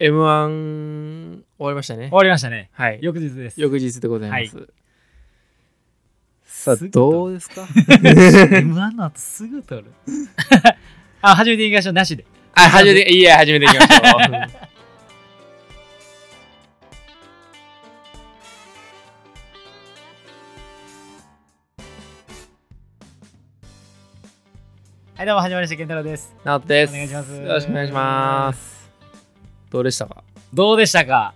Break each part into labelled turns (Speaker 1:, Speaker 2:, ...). Speaker 1: M1 終わりましたね
Speaker 2: 終。わりましたね。
Speaker 1: はい。
Speaker 2: 翌日です。
Speaker 1: 翌日でございます。さあ、
Speaker 2: すぐ
Speaker 1: どう ですか
Speaker 2: M1 の後すぐ撮る。 あ、始めていきましょう。なしで。
Speaker 1: あ、始めて、いいや、始めていきまし ょう。
Speaker 2: はい、どうも、始まりました。健太郎です。
Speaker 1: なおです。
Speaker 2: お願いします
Speaker 1: よろしくお願いします。どうでしたか
Speaker 2: どうでしたか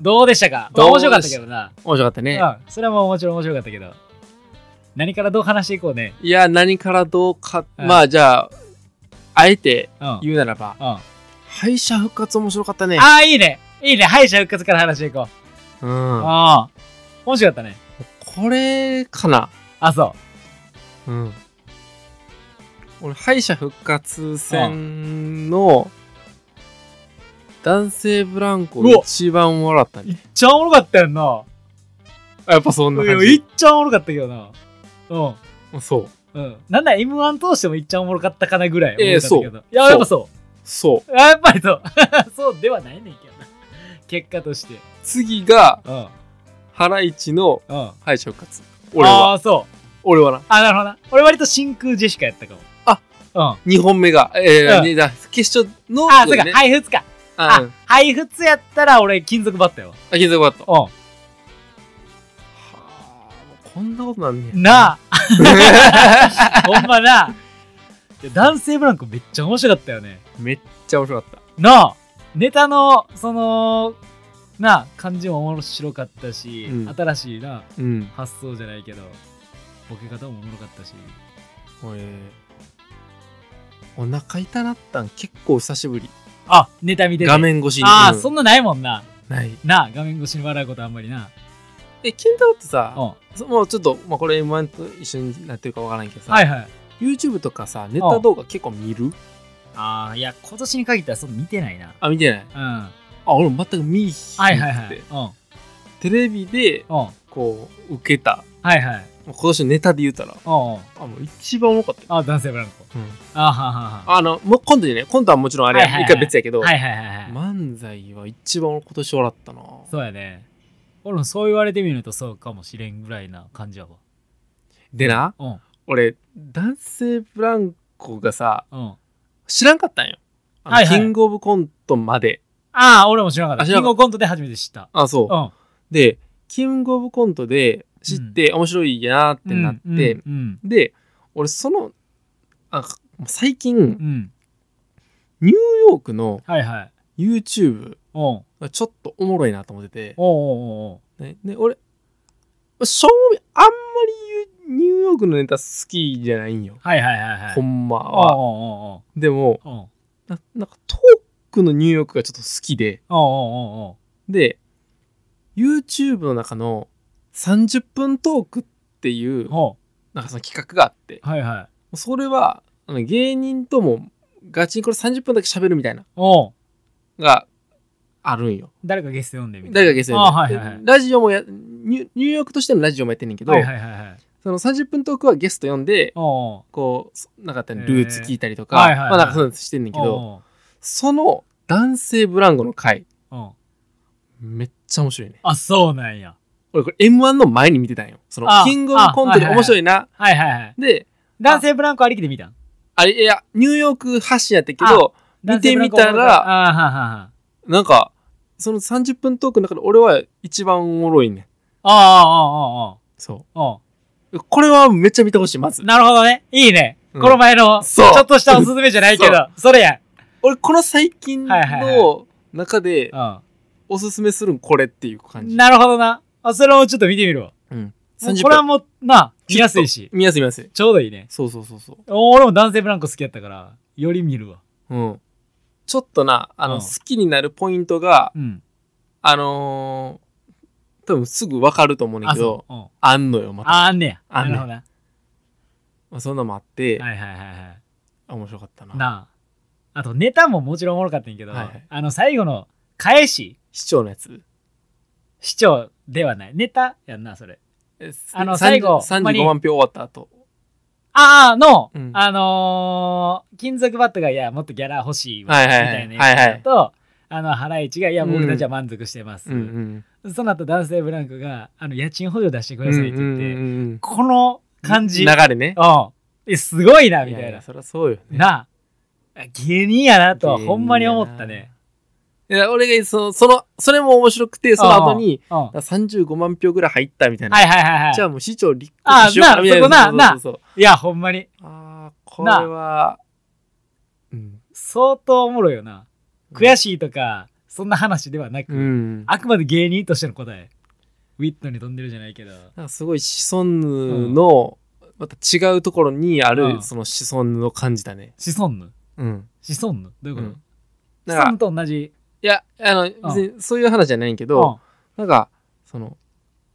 Speaker 2: どうでしたかまあ
Speaker 1: どうで
Speaker 2: 面
Speaker 1: し
Speaker 2: 白かったけどな。
Speaker 1: 面白かったね。
Speaker 2: うん、それはもうもちろん面白かったけど。何からどう話していこうね。
Speaker 1: いや、何からどうか、
Speaker 2: うん
Speaker 1: まあ、じゃあ、あえて
Speaker 2: うん。うん。
Speaker 1: 言うならば、
Speaker 2: あ
Speaker 1: 敗者復活面白かったね。
Speaker 2: あー、いいね。いいね。敗者復活から話していこう。
Speaker 1: うん。
Speaker 2: ああ。面白かったね。
Speaker 1: これかな。
Speaker 2: あ、そ
Speaker 1: うん。俺、敗者復活戦の男性ブランコ
Speaker 2: うわ
Speaker 1: 一番笑った
Speaker 2: う。
Speaker 1: ね
Speaker 2: い。っちゃおもろかったやんな。
Speaker 1: あやっぱそんない感
Speaker 2: や
Speaker 1: じ
Speaker 2: い。っちゃおもろかったけどな。うん。
Speaker 1: そう。
Speaker 2: うん、なんだ M1 通してもいっちゃおもろかったかなぐらい
Speaker 1: ええ
Speaker 2: 思ったんだけど。い
Speaker 1: そう
Speaker 2: や、やっぱそ
Speaker 1: そう。
Speaker 2: う。あやっぱりそう。 そうではないねんけどな。結果として。
Speaker 1: 次が、
Speaker 2: うん。うん。
Speaker 1: ハライチの
Speaker 2: あ
Speaker 1: 敗者復活。俺は。
Speaker 2: あー、そう。
Speaker 1: 俺はな。
Speaker 2: あ、なるほどな。俺割と真空ジェシカやったかも。
Speaker 1: あ
Speaker 2: うん。
Speaker 1: 2本目が。えー
Speaker 2: うん
Speaker 1: ねだ決勝の。
Speaker 2: あ、そうか、
Speaker 1: ね
Speaker 2: 配布か。
Speaker 1: あう
Speaker 2: あ
Speaker 1: ん、
Speaker 2: 配布やったら俺金属バットよ。
Speaker 1: あ、気づかなかった。
Speaker 2: う
Speaker 1: はあもうこんなことなんね
Speaker 2: ん。
Speaker 1: や。
Speaker 2: なあ、ほんまな。いや男性ブランコめっちゃ面白かったよね。
Speaker 1: めっちゃ面白かった。
Speaker 2: なあネタのそのなあ感じも面白かったし、
Speaker 1: うん
Speaker 2: 新しいな
Speaker 1: うん。
Speaker 2: 発想じゃないけどボケ方もおもろかったし
Speaker 1: これお腹痛なったん結構久しぶり。
Speaker 2: あネタ見てて
Speaker 1: 画面越しに。
Speaker 2: ああ、
Speaker 1: うん
Speaker 2: そんなないもんな
Speaker 1: ない。
Speaker 2: なあ画面越しに笑うことあんまりな
Speaker 1: え、健太郎って
Speaker 2: うん
Speaker 1: さ、
Speaker 2: は
Speaker 1: そもうちょっと、まあ、これ M1 と一緒になってるかわからんけど
Speaker 2: い
Speaker 1: さ、
Speaker 2: はい
Speaker 1: YouTube とかさ、ネタ動画結構見る
Speaker 2: ああいや今年に限ってはそんな見てないな
Speaker 1: あ、見てない
Speaker 2: うんは
Speaker 1: あ、俺全く見ひん
Speaker 2: いはいはい
Speaker 1: って
Speaker 2: うんうん
Speaker 1: テレビで、こう、受けた。
Speaker 2: はいはい
Speaker 1: まあ今年のネタで言うたら、
Speaker 2: うんうん
Speaker 1: あ、もう一番多かったよ。
Speaker 2: あ男性ブランコあははは
Speaker 1: あの、もう今度でね、今度はもちろんあれや、
Speaker 2: はいはい
Speaker 1: 一
Speaker 2: はい
Speaker 1: 回別やけど、
Speaker 2: はいはいはいはい、
Speaker 1: 漫才は一番俺今年笑ったな。
Speaker 2: そうやね俺もそう言われてみるとそうかもしれんぐらいな感じやわ
Speaker 1: でな、
Speaker 2: うん
Speaker 1: 俺、男性ブランコがさ、
Speaker 2: うん
Speaker 1: 知らんかったんよ。あの
Speaker 2: はいはい
Speaker 1: キングオブコントまで。
Speaker 2: ああ、俺も知らなか
Speaker 1: あ
Speaker 2: った。
Speaker 1: 知
Speaker 2: キ
Speaker 1: ら
Speaker 2: ン
Speaker 1: な
Speaker 2: グ
Speaker 1: か
Speaker 2: オブコントで初めて知った。
Speaker 1: あ、そう。
Speaker 2: うん。
Speaker 1: で、キングオブコントで知って、面白いやーってなって、
Speaker 2: うん。うん。
Speaker 1: で、俺その、あ最近
Speaker 2: う、ん
Speaker 1: ニューヨークの
Speaker 2: はいはい。
Speaker 1: YouTube
Speaker 2: おう
Speaker 1: がちょっとおもろいなと思ってて、
Speaker 2: おうおうおう
Speaker 1: ね、で俺、正味、あんまりニューヨークのネタ好きじゃないんよ。
Speaker 2: はいはいはいはい。
Speaker 1: ほんま
Speaker 2: おう
Speaker 1: は。
Speaker 2: おうおう
Speaker 1: でも
Speaker 2: おうおう
Speaker 1: な、なんかトークのニューヨークがちょっと好きで、
Speaker 2: おうおうおう
Speaker 1: で、YouTube の中の30分トークっていう、
Speaker 2: お
Speaker 1: なんかその企画があって、
Speaker 2: うはいはい。
Speaker 1: それは、あの芸人ともガチンコで30分だけ喋るみたいな、
Speaker 2: おう
Speaker 1: があるんよ。
Speaker 2: 誰かゲスト読んでみ
Speaker 1: 誰がゲスト
Speaker 2: ああ、はいはいはい
Speaker 1: で。ラジオもやニュ、ニューヨークとしてのラジオもやってんねんけど、
Speaker 2: はいはいはいはい。
Speaker 1: その30分トークはゲスト呼んで、
Speaker 2: おう
Speaker 1: こう、そなんかあったら
Speaker 2: へー
Speaker 1: ルーツ聞いたりとか、
Speaker 2: はいはいはい
Speaker 1: まあなんかそういうのしてんねんけ
Speaker 2: おう
Speaker 1: ど、
Speaker 2: おう
Speaker 1: その男性ブランコの回、
Speaker 2: おう
Speaker 1: めっちゃ面白いね。
Speaker 2: あ、そうなんや。
Speaker 1: 俺これ M1 の前に見てたんよ。その
Speaker 2: あ、
Speaker 1: キングオブコントで
Speaker 2: あはいはいはい
Speaker 1: 面白いな。
Speaker 2: はいはいはい。
Speaker 1: で、
Speaker 2: 男性ブランコありきで見たん
Speaker 1: あれ、いや、ニューヨーク発信やったけど、見てみたら
Speaker 2: 男性ブランコああ、ははは。
Speaker 1: なんか、その30分トークの中で俺は一番おもろいね。
Speaker 2: ああ、ああ、ああ、あ
Speaker 1: そ
Speaker 2: あ。おう
Speaker 1: う。これはめっちゃ見てほしい、まず。
Speaker 2: なるほどね。いいね。
Speaker 1: う
Speaker 2: こ
Speaker 1: ん
Speaker 2: の前の、ち
Speaker 1: そ
Speaker 2: ょ
Speaker 1: う
Speaker 2: っとしたおすすめじゃないけど、それや。
Speaker 1: 俺、この最近
Speaker 2: はいはいは
Speaker 1: の中で
Speaker 2: うん。
Speaker 1: おすすめするんこれっていう感じ。
Speaker 2: なるほどな。あ、それをちょっと見てみるわ。
Speaker 1: うん。
Speaker 2: もう
Speaker 1: 30
Speaker 2: これは
Speaker 1: 分。
Speaker 2: もう、な、見やすいし、
Speaker 1: 見やすい見やすい。
Speaker 2: ちょうどいいね。
Speaker 1: そうそうそうそう。
Speaker 2: 俺も男性ブランコ好きやったから、より見るわ。
Speaker 1: うん。ちょっとな、あの、
Speaker 2: うん
Speaker 1: 好きになるポイントが、
Speaker 2: うん。
Speaker 1: あのー多分すぐわかると思うねんだ
Speaker 2: あ、
Speaker 1: けど
Speaker 2: そ、う。うん、
Speaker 1: あんのよ、また。
Speaker 2: あ、あんねや。
Speaker 1: あんね
Speaker 2: な
Speaker 1: や
Speaker 2: るほどな。
Speaker 1: まあ、そんなのもあって、
Speaker 2: はいはいはいは。。
Speaker 1: あ面白かったない
Speaker 2: なあ。あと、ネタももちろんおもろかったんやけど、
Speaker 1: はいはい
Speaker 2: あの、最後の、返し、
Speaker 1: 市長のやつ。
Speaker 2: 市長ではない。ネタやんな、それ。
Speaker 1: え
Speaker 2: あの
Speaker 1: 30
Speaker 2: 最後ほんまに
Speaker 1: 35万票終わった後。
Speaker 2: ああ、の、
Speaker 1: うん
Speaker 2: あのー金属バットが、いや、もっとギャラ欲しいわ、
Speaker 1: は
Speaker 2: み
Speaker 1: いはい
Speaker 2: た
Speaker 1: はい
Speaker 2: いなやつだと、あのハライチが「いや僕たちは満足してます」
Speaker 1: うんうん
Speaker 2: その後男性ブランコが「あの家賃補助出してください」って言って、
Speaker 1: うんうんうん
Speaker 2: この感じ、
Speaker 1: 流
Speaker 2: うん、
Speaker 1: れね
Speaker 2: えすごいなみたいな。
Speaker 1: ややそりゃそうよね
Speaker 2: なあ芸人やなとは
Speaker 1: 芸人やな
Speaker 2: ほんまに思ったね。
Speaker 1: いや俺がそのそのそれも面白くてその後に
Speaker 2: うん、は
Speaker 1: だから35万票ぐらい入ったみたい
Speaker 2: い
Speaker 1: な、
Speaker 2: はいはい
Speaker 1: じゃ
Speaker 2: は
Speaker 1: あもう市長立候補しようか
Speaker 2: あ
Speaker 1: な
Speaker 2: ー
Speaker 1: みたいな
Speaker 2: なそこな
Speaker 1: そうそうそう
Speaker 2: い。いやほんまに
Speaker 1: ああこれはうん
Speaker 2: 相当おもろいよな。悔しいとかそんな話ではなく、
Speaker 1: うん
Speaker 2: あくまで芸人としての答え。ウィットに飛んでるじゃないけど。
Speaker 1: なんかすごいシソンヌの、また違うところにある、
Speaker 2: うん
Speaker 1: そのシソンヌの感じだね。
Speaker 2: シソンヌ
Speaker 1: うん。
Speaker 2: シソンヌどういうこと、
Speaker 1: うん
Speaker 2: シ
Speaker 1: だか
Speaker 2: ソン
Speaker 1: ら、
Speaker 2: ヌ
Speaker 1: い
Speaker 2: と同じ。
Speaker 1: や、あの、別にそういう話じゃないけど、
Speaker 2: うん
Speaker 1: なんか、その、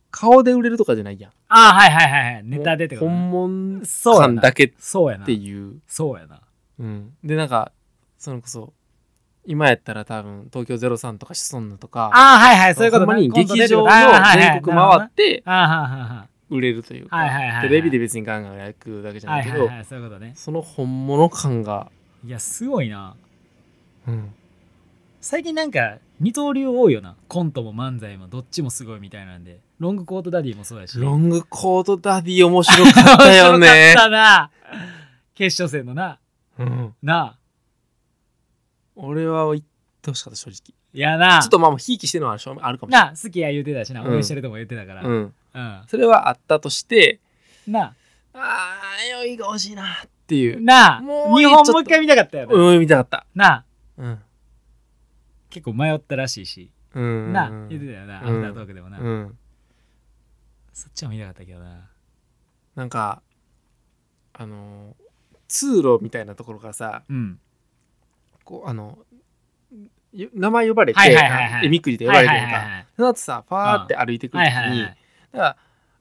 Speaker 1: 顔で売れるとかじゃないやん。
Speaker 2: ああはいはいはいはい。ネタでってことね、
Speaker 1: 本物
Speaker 2: そうや
Speaker 1: 感
Speaker 2: な
Speaker 1: だけっ
Speaker 2: そうやな
Speaker 1: て。いう。
Speaker 2: そうやな。
Speaker 1: うん。で、なんか、そのこそ、今やったら多分、東京03とかシソンヌとか、
Speaker 2: ああはいはいそういうこと
Speaker 1: ほんまに
Speaker 2: コント出
Speaker 1: 劇
Speaker 2: て
Speaker 1: 場
Speaker 2: くる
Speaker 1: の
Speaker 2: あーはいはい
Speaker 1: 全国回
Speaker 2: なるほどな
Speaker 1: って
Speaker 2: ああはいはいはい
Speaker 1: 売れるというか、
Speaker 2: はいはいはいはい
Speaker 1: テレビで別にガンガンやくだけじゃ
Speaker 2: は
Speaker 1: ない
Speaker 2: い
Speaker 1: け
Speaker 2: は
Speaker 1: ど、
Speaker 2: いはいそういうことね
Speaker 1: その本物感が、
Speaker 2: いやすごいな
Speaker 1: うん。
Speaker 2: 最近なんか二刀流多いよなコントも漫才もどっちもすごいみたいなんでロングコートダディもそうやし
Speaker 1: ロングコートダディ面白かったよ
Speaker 2: 面
Speaker 1: ね
Speaker 2: 白。かったな決勝戦のな
Speaker 1: うん、
Speaker 2: なあ
Speaker 1: 俺は言ってほしかった、正直。ち
Speaker 2: いやな
Speaker 1: ょっとまあ、ひいきしてるのは正面あるかもしれない。
Speaker 2: なあ好きや言うてたしな
Speaker 1: うん
Speaker 2: 応援してるとも言ってたから、う
Speaker 1: うんん、それはあったとして、
Speaker 2: なあ
Speaker 1: ああ、よいが欲しいなっていう。
Speaker 2: なあ
Speaker 1: もう
Speaker 2: 日
Speaker 1: いい
Speaker 2: 本
Speaker 1: ちょっと
Speaker 2: もう一回見たかったよな,、
Speaker 1: うん、見たかった。
Speaker 2: なあ
Speaker 1: うん。
Speaker 2: 結構迷ったらしいし、
Speaker 1: うん。
Speaker 2: なあ言ってたよな、
Speaker 1: うん
Speaker 2: アフタートークでもな、
Speaker 1: うん。
Speaker 2: そっちは見たかったけどな
Speaker 1: なんか、あの、通路みたいなところからさ、
Speaker 2: うん
Speaker 1: こう、あの、よ名前呼ばれて、
Speaker 2: はいはいはいはい
Speaker 1: えみくじで呼ば
Speaker 2: はい
Speaker 1: れて
Speaker 2: はい
Speaker 1: る
Speaker 2: はい
Speaker 1: か。
Speaker 2: はい
Speaker 1: その後さ、ファーって歩いてくる
Speaker 2: は
Speaker 1: と
Speaker 2: い
Speaker 1: き
Speaker 2: はい
Speaker 1: に、
Speaker 2: は
Speaker 1: だ
Speaker 2: い
Speaker 1: から、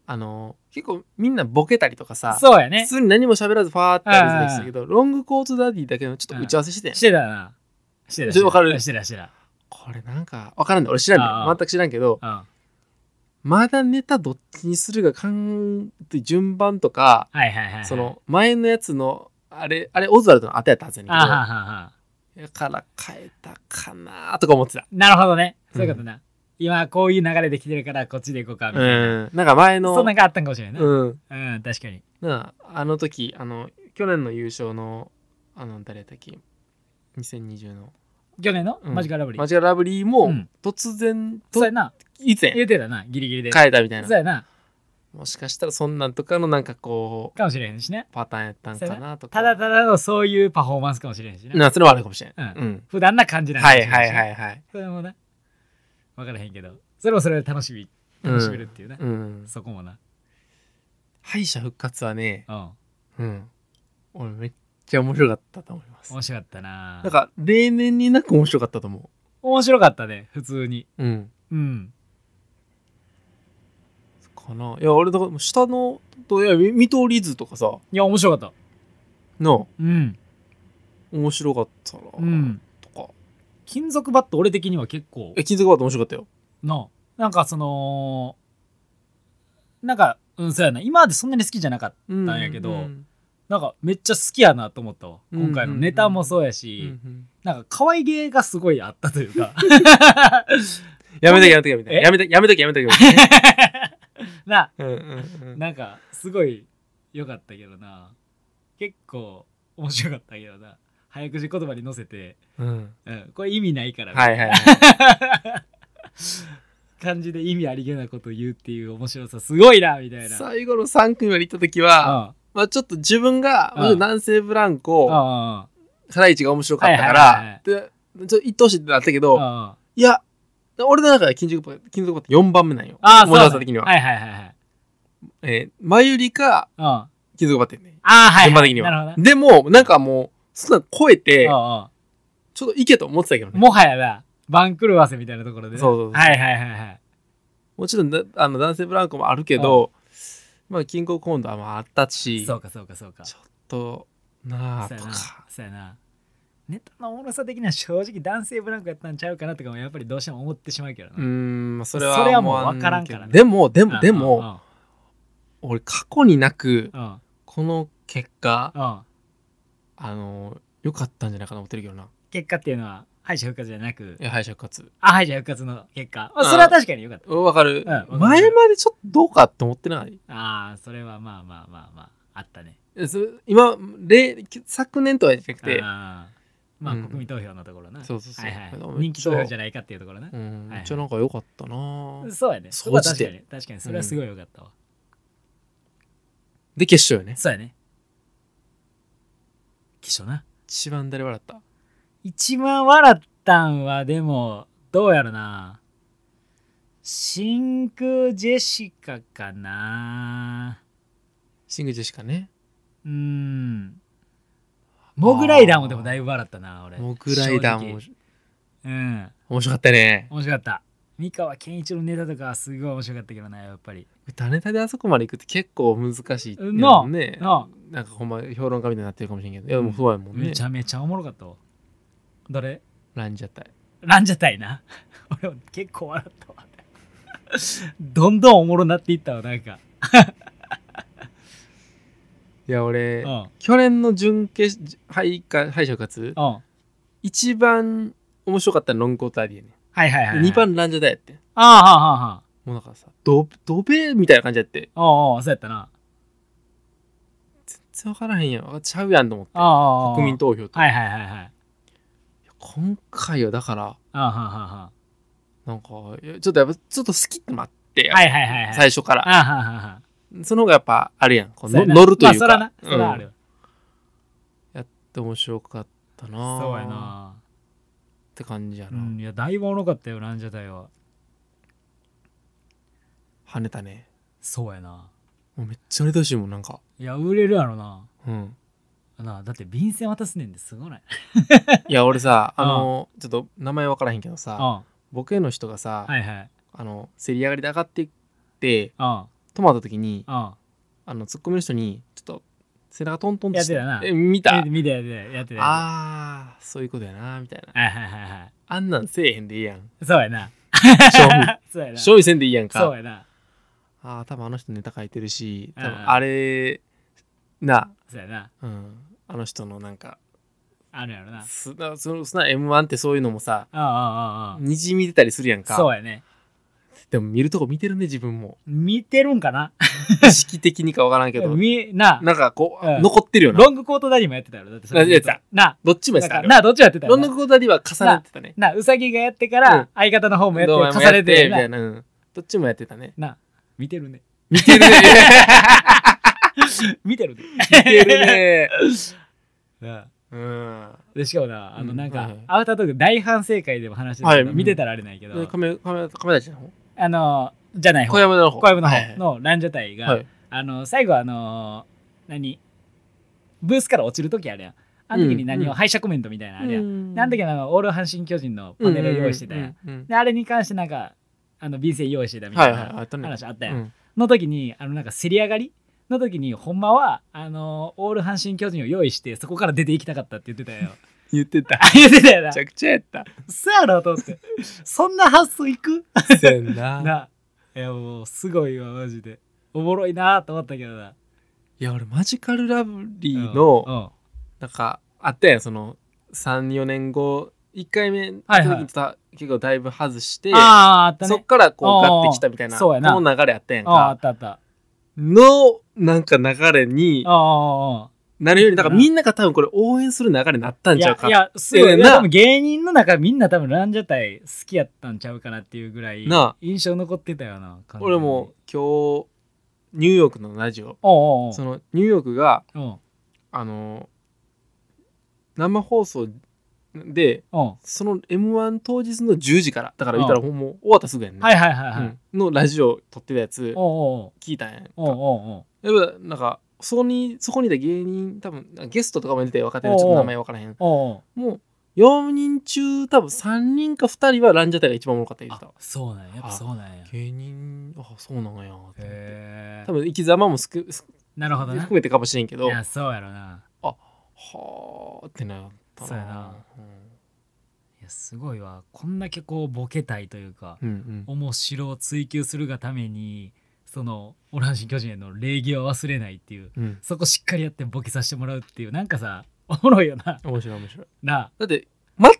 Speaker 1: あの、結構みんなボケたりとかさ、
Speaker 2: そうやね
Speaker 1: 普通に何も喋らずファーって歩いてたりしたけど、ロングコートダディだけのちょっと打ち合わせしてたやん
Speaker 2: し。てたな。してた。
Speaker 1: ちょっとわかる
Speaker 2: してた、してた。
Speaker 1: これなんか、わからんね俺知らん
Speaker 2: あ
Speaker 1: ね全
Speaker 2: あ
Speaker 1: く知らんけど、
Speaker 2: うん。は
Speaker 1: まだネタどっちにするかかんって順番とか、
Speaker 2: いはいはいはい。
Speaker 1: そ、の前のやつの、あれ、あれ、オズワルドの後やったはずやねん
Speaker 2: あはは
Speaker 1: け
Speaker 2: は。
Speaker 1: ど、だから変えたかなとか思ってた。
Speaker 2: なるほどね。そういうことな。今、こういう流れで来てるから、こっちで行こうか、み
Speaker 1: う
Speaker 2: たいな。
Speaker 1: ん。なんか前の、
Speaker 2: そんなんがあったんかもしれないな。
Speaker 1: うん。
Speaker 2: うん、確かに。
Speaker 1: なああの時あの去年の優勝のあの誰だっけ2020の
Speaker 2: 去年の
Speaker 1: うん
Speaker 2: マジカルラブリ
Speaker 1: マ
Speaker 2: ー。
Speaker 1: ジカルラブリー
Speaker 2: う
Speaker 1: も
Speaker 2: ん
Speaker 1: 突然
Speaker 2: そう
Speaker 1: と
Speaker 2: やな。
Speaker 1: 以前
Speaker 2: 言うてたな、ギリギリで。
Speaker 1: 変えたみたい
Speaker 2: そう
Speaker 1: な
Speaker 2: やな。
Speaker 1: もしかしたらそんなんとかのなんかこう
Speaker 2: かもしれへんしね。
Speaker 1: パターンやったんかなとか
Speaker 2: ただただのそういうパフォーマンスかもしれへんしね。
Speaker 1: なそれはあるかもしれない、
Speaker 2: う
Speaker 1: うん
Speaker 2: 普段な感じなんかも
Speaker 1: は
Speaker 2: し
Speaker 1: い
Speaker 2: れな
Speaker 1: はいい
Speaker 2: し
Speaker 1: はいはい
Speaker 2: それもな。わからへんけど。それもそれで楽しみ、楽しめるっていうな。
Speaker 1: うん
Speaker 2: そこもな。
Speaker 1: 敗者復活はね
Speaker 2: うん。
Speaker 1: うん俺めっちゃ面白かったと思います
Speaker 2: 面白かったな。
Speaker 1: なんか例年になく面白かったと思
Speaker 2: 面白かったね普通に
Speaker 1: ううん
Speaker 2: うん
Speaker 1: かないや俺だから下のといや見見取り図とかさ
Speaker 2: いや面白かった
Speaker 1: の
Speaker 2: うん
Speaker 1: 面白かったな、
Speaker 2: うん
Speaker 1: とか
Speaker 2: 金属バット俺的には結構
Speaker 1: え金属バット面白かったよ
Speaker 2: ななんかそのなんかうんそうやな今までそんなに好きじゃなかった
Speaker 1: なん
Speaker 2: やけどなんかめっちゃ好きやなと思ったわ
Speaker 1: うん
Speaker 2: 今回のネタもそうやし、なんか可愛げがすごいあったというか
Speaker 1: やめとけやめとけやめとけ
Speaker 2: え
Speaker 1: やめとけやめとけやめとけや めとけ
Speaker 2: な
Speaker 1: うんうんうん
Speaker 2: なんかすごい良かったけどな結構面白かったけどな早口言葉に乗せて、
Speaker 1: うん
Speaker 2: うん、これ意味ないからみたいな
Speaker 1: はいはいはい
Speaker 2: 感じで意味ありげなこと言うっていう面白さすごいなみたいな。
Speaker 1: 最後の3組まで行った時は
Speaker 2: あ
Speaker 1: まあちょっと自分が
Speaker 2: うん
Speaker 1: まず南西ブラン
Speaker 2: あ
Speaker 1: コ
Speaker 2: あ
Speaker 1: ハライチが面白かったか
Speaker 2: はいはいはいは
Speaker 1: らでちょっと一等しいってなったけど
Speaker 2: あ
Speaker 1: いや俺の中で金属バット金属バット4番目なんよ
Speaker 2: ああ
Speaker 1: 物語的には
Speaker 2: はいはいはいはい。
Speaker 1: えー前よりか
Speaker 2: うんあ
Speaker 1: 金属バットやね
Speaker 2: あはい、はい。
Speaker 1: 順番的には。
Speaker 2: なるほどね
Speaker 1: でも、なんかもう、そんなの超えて、
Speaker 2: あ
Speaker 1: ちょっといけと思ってたけど
Speaker 2: あ
Speaker 1: ね。
Speaker 2: もはやな、番狂わせみたいなところでね。
Speaker 1: そうそうそう
Speaker 2: はいはいはいはい。
Speaker 1: もちろんだ、あの、男性ブランコもあるけど、まあ、キングオブコントはまああったし、ち
Speaker 2: そ
Speaker 1: ょっ
Speaker 2: うかそうかそうか。そ
Speaker 1: と、なあ
Speaker 2: う
Speaker 1: と
Speaker 2: やな
Speaker 1: か。。
Speaker 2: そうやな。ネタのおもろさ的には正直男性ブランコやったんちゃうかなとかもやっぱりどうしても思ってしまうけどな。
Speaker 1: うー
Speaker 2: うん
Speaker 1: ん、まあそれ
Speaker 2: それ
Speaker 1: は
Speaker 2: はもう
Speaker 1: 思んけど
Speaker 2: わからんからね
Speaker 1: でも、で
Speaker 2: うん
Speaker 1: も、でも、、俺、過去になく
Speaker 2: う、んうん
Speaker 1: この結果、
Speaker 2: うん
Speaker 1: あの、良かったんじゃないかな思ってるけどな。
Speaker 2: 結果っていうのは、敗者復活じゃなく
Speaker 1: い、や敗者復活。
Speaker 2: あ、敗者復活の結果。まあ、それは確かに良かった。
Speaker 1: わかる、
Speaker 2: うんわかる
Speaker 1: 前までちょっとどうかって思ってない
Speaker 2: ああ、それはまあまあまあまあ、あったね。
Speaker 1: えそ今、例昨年とはじゃなくて、
Speaker 2: あーまあ、
Speaker 1: うん
Speaker 2: 国民投票のところな。
Speaker 1: そうそうそう
Speaker 2: はいはい
Speaker 1: でも
Speaker 2: 人気投票じゃないかっていうところな
Speaker 1: う。ん、
Speaker 2: は
Speaker 1: め
Speaker 2: い
Speaker 1: っちゃなんか良かったな、
Speaker 2: そうやね。そ
Speaker 1: 総
Speaker 2: こは
Speaker 1: じて
Speaker 2: 確かに。確かに、それはすごい良かったわ。
Speaker 1: で、決勝よね。
Speaker 2: そうやね。決勝な。
Speaker 1: 一番誰笑った
Speaker 2: 一番笑ったんは、でも、どうやろな。真空ジェシカかな。
Speaker 1: シングジェシカね。
Speaker 2: うーん。モグライダーもでもだいぶ笑ったな、俺。
Speaker 1: モグライダーも
Speaker 2: 正直。うん。
Speaker 1: 面白かったね。
Speaker 2: 面白かった。三河健一のネタとかはすごい面白かったけどな、やっぱり。
Speaker 1: 歌ネタであそこまで行くって結構難しいっていう
Speaker 2: なあ
Speaker 1: のね。
Speaker 2: な
Speaker 1: なんかほんま評論家みたいになってるかもしれんけど。いやでもそうやもんね
Speaker 2: め。ちゃめちゃおもろかったわ。誰
Speaker 1: ランジャタイ。
Speaker 2: ランジャタイな。 俺も結構笑ったわ。どんどんおもろなっていったわ、なんか。
Speaker 1: いや
Speaker 2: う
Speaker 1: 俺、
Speaker 2: ん。うん。
Speaker 1: 去年の準決敗か敗者復活
Speaker 2: は
Speaker 1: 一番面白かったのロングコートダディやね
Speaker 2: いはいはい、
Speaker 1: で
Speaker 2: はい。
Speaker 1: 二番ランジャタイやって
Speaker 2: ああ、はあはあはあ。
Speaker 1: もうなんかさドドベみたいな感じやって
Speaker 2: おうおう、そうやったな。
Speaker 1: 全然分からへんやんあちゃうやんと思って
Speaker 2: ああああ。
Speaker 1: 国民投票と、
Speaker 2: はいはいはいはい。あ
Speaker 1: 今回はだから
Speaker 2: あはあはあは
Speaker 1: なんかいやちょっとやっぱちょっと好きって待って、
Speaker 2: あ。はいはいはいはい。
Speaker 1: 最初から
Speaker 2: ああはあはあは
Speaker 1: その方がやっぱあるやんこ
Speaker 2: あ。
Speaker 1: う
Speaker 2: そ
Speaker 1: の
Speaker 2: うやな
Speaker 1: 乗るという
Speaker 2: まあ、そら
Speaker 1: か
Speaker 2: な。そらあ
Speaker 1: うん
Speaker 2: る。
Speaker 1: で面白かったな
Speaker 2: そうやな。
Speaker 1: って感じや
Speaker 2: う
Speaker 1: な、
Speaker 2: ん、いや、だいぶおもろかったよ、ランジャタイは。
Speaker 1: 跳ねたね
Speaker 2: そうやな。
Speaker 1: もうめっちゃ売れてほしいもんなんか
Speaker 2: いや、売れるやろな。
Speaker 1: うん
Speaker 2: なあだって便箋渡すねんですごない。
Speaker 1: いや俺さ
Speaker 2: うん
Speaker 1: あのちょっと名前分からへんけど
Speaker 2: うん。
Speaker 1: さ
Speaker 2: は
Speaker 1: ボケの人がさ、
Speaker 2: いはい。
Speaker 1: あの競り上がりで上がっていって
Speaker 2: うん。
Speaker 1: 止まった時に
Speaker 2: うん。
Speaker 1: あのツッコミの人にちょっと背中トントンってして
Speaker 2: やって
Speaker 1: え
Speaker 2: たな
Speaker 1: 見た
Speaker 2: 見てやってやってたや
Speaker 1: あーそういうことやなみたいな
Speaker 2: ってたはいはいはいは
Speaker 1: あんなんせえへんでいいや ん
Speaker 2: い。そうやな。
Speaker 1: 勝負
Speaker 2: そうやな。
Speaker 1: 勝負せんでいいやん
Speaker 2: そう
Speaker 1: か
Speaker 2: やな。
Speaker 1: ああ多分あの人ネタ書いてるし多
Speaker 2: うんう
Speaker 1: 分
Speaker 2: ん
Speaker 1: あれな、
Speaker 2: そうやな。
Speaker 1: うん、あの人のなんか
Speaker 2: あるやろな。
Speaker 1: すなそのすな m 1ってそういうのもさ
Speaker 2: ああああああ。
Speaker 1: にじみ出たりするやん
Speaker 2: そう
Speaker 1: か
Speaker 2: やね。
Speaker 1: でも見るとこ見てるね自分も
Speaker 2: 見てるんかな
Speaker 1: 意識的にかわからんけ ど
Speaker 2: みな、
Speaker 1: なんかこう、
Speaker 2: うん
Speaker 1: 残ってるよな
Speaker 2: ロングコートダディもやってたやろ。だってそれ
Speaker 1: やってた
Speaker 2: な、
Speaker 1: どっちもや
Speaker 2: な
Speaker 1: っ
Speaker 2: ん
Speaker 1: てた
Speaker 2: か
Speaker 1: あれ
Speaker 2: な、どっちもやってた
Speaker 1: ロ
Speaker 2: よ
Speaker 1: ン
Speaker 2: な
Speaker 1: グコートダディは重ねてたね。
Speaker 2: な、うさぎがやってか
Speaker 1: うん
Speaker 2: ら、相方の方もや
Speaker 1: どう
Speaker 2: って、重ねて
Speaker 1: みた
Speaker 2: る
Speaker 1: いな。うんどっちもやってたね。
Speaker 2: な。な、見てるね。
Speaker 1: 見てるね。
Speaker 2: 見てるね。
Speaker 1: 見てるね。
Speaker 2: う
Speaker 1: う
Speaker 2: ん
Speaker 1: ん。
Speaker 2: で、しかもな、あ
Speaker 1: う
Speaker 2: の、
Speaker 1: んは
Speaker 2: なん
Speaker 1: い
Speaker 2: か
Speaker 1: はい、
Speaker 2: アウタートーク大反省会でも話してたけど、
Speaker 1: はい
Speaker 2: 見てたらあれないけど、
Speaker 1: カメカメカメたちの方
Speaker 2: あの、じゃない方、
Speaker 1: 小
Speaker 2: 小
Speaker 1: 山の方。
Speaker 2: 籔の
Speaker 1: はいは
Speaker 2: 方
Speaker 1: い
Speaker 2: のランジャタイが、
Speaker 1: はい。
Speaker 2: あの最後あのー何ブースから落ちる時あるやんあの時に何
Speaker 1: う
Speaker 2: を、
Speaker 1: ん
Speaker 2: 敗者コメントみたいなのあるやん、であ
Speaker 1: な
Speaker 2: の時はあのオール阪神巨人のパネルを用意してたやん,、であれに関してなんかあの便箋用意してたみ
Speaker 1: は
Speaker 2: た
Speaker 1: い
Speaker 2: い
Speaker 1: はい。
Speaker 2: な
Speaker 1: あったね。
Speaker 2: 話あったやん、
Speaker 1: うん
Speaker 2: の時にあのなんか競り上がりの時にほんまはあのーオール阪神巨人を用意してそこから出ていきたかったって言ってたよ
Speaker 1: 言ってた。
Speaker 2: あ言ってたよな
Speaker 1: めちゃくちゃやった。
Speaker 2: そうやろと思ってそんな発想いく
Speaker 1: せやん な。
Speaker 2: ないやもうすごいわマジでおもろいなと思ったけどない
Speaker 1: や俺マジカルラブリー
Speaker 2: う
Speaker 1: の
Speaker 2: んうん
Speaker 1: なんかあったやんその三四年後一回目の
Speaker 2: はい
Speaker 1: 時
Speaker 2: はい
Speaker 1: にた結構だいぶ外して
Speaker 2: あああった
Speaker 1: そっ
Speaker 2: ね
Speaker 1: からこう
Speaker 2: お
Speaker 1: ガ
Speaker 2: ー
Speaker 1: ってきたみたいな
Speaker 2: そう
Speaker 1: こ
Speaker 2: やな
Speaker 1: の流れあったやん
Speaker 2: ああ
Speaker 1: か
Speaker 2: あったあったあ
Speaker 1: のなんか流れに
Speaker 2: あああ
Speaker 1: なるよりだからみんなが多分これ応援する流れになったん
Speaker 2: い
Speaker 1: ちゃう
Speaker 2: や
Speaker 1: か
Speaker 2: いやすごい
Speaker 1: ええ
Speaker 2: いや
Speaker 1: な
Speaker 2: 多分芸人の中みんな多分ランジャタイ好きやったんちゃうかなっていうぐらい
Speaker 1: なあ
Speaker 2: 印象残ってたよな完全に
Speaker 1: 俺も今日ニューヨークのラジオ
Speaker 2: おうおう
Speaker 1: そのニューヨークが
Speaker 2: おう
Speaker 1: あの生放送で
Speaker 2: おう
Speaker 1: その m 1当日の10時からだから言ったら
Speaker 2: う
Speaker 1: もうもう終わったすぐやんね、
Speaker 2: はいはいはいはい、
Speaker 1: うんのラジオ撮ってたやつ
Speaker 2: おう
Speaker 1: 聞いたんやんか
Speaker 2: おうおうおう
Speaker 1: やっぱなんかそこにそこにいた芸人多分ゲストとかも出て若手のちょっ
Speaker 2: おう
Speaker 1: と
Speaker 2: おう
Speaker 1: 名前分からへん
Speaker 2: おうおう
Speaker 1: もう4人中多分3人か2人はランジャタイが一番おもろかった言っ
Speaker 2: あ
Speaker 1: てた
Speaker 2: そうなんややっぱそうなんやへ
Speaker 1: 芸人あそうなのやと思って
Speaker 2: え
Speaker 1: 多分生き様もすくす
Speaker 2: なるほどな
Speaker 1: 含めてかもしれんけ
Speaker 2: い
Speaker 1: どは
Speaker 2: やそうやろな
Speaker 1: あってなったな
Speaker 2: そうやなないやすごいわこんだけこうボケたいというか
Speaker 1: うんうん
Speaker 2: 面白を追求するがためにそのオランシン巨人への礼儀は忘れないっていう
Speaker 1: うん、うん、
Speaker 2: そこしっかりやってボケさせてもらうっていうなんかさおもろいよな
Speaker 1: 面白い面白い
Speaker 2: な
Speaker 1: だって全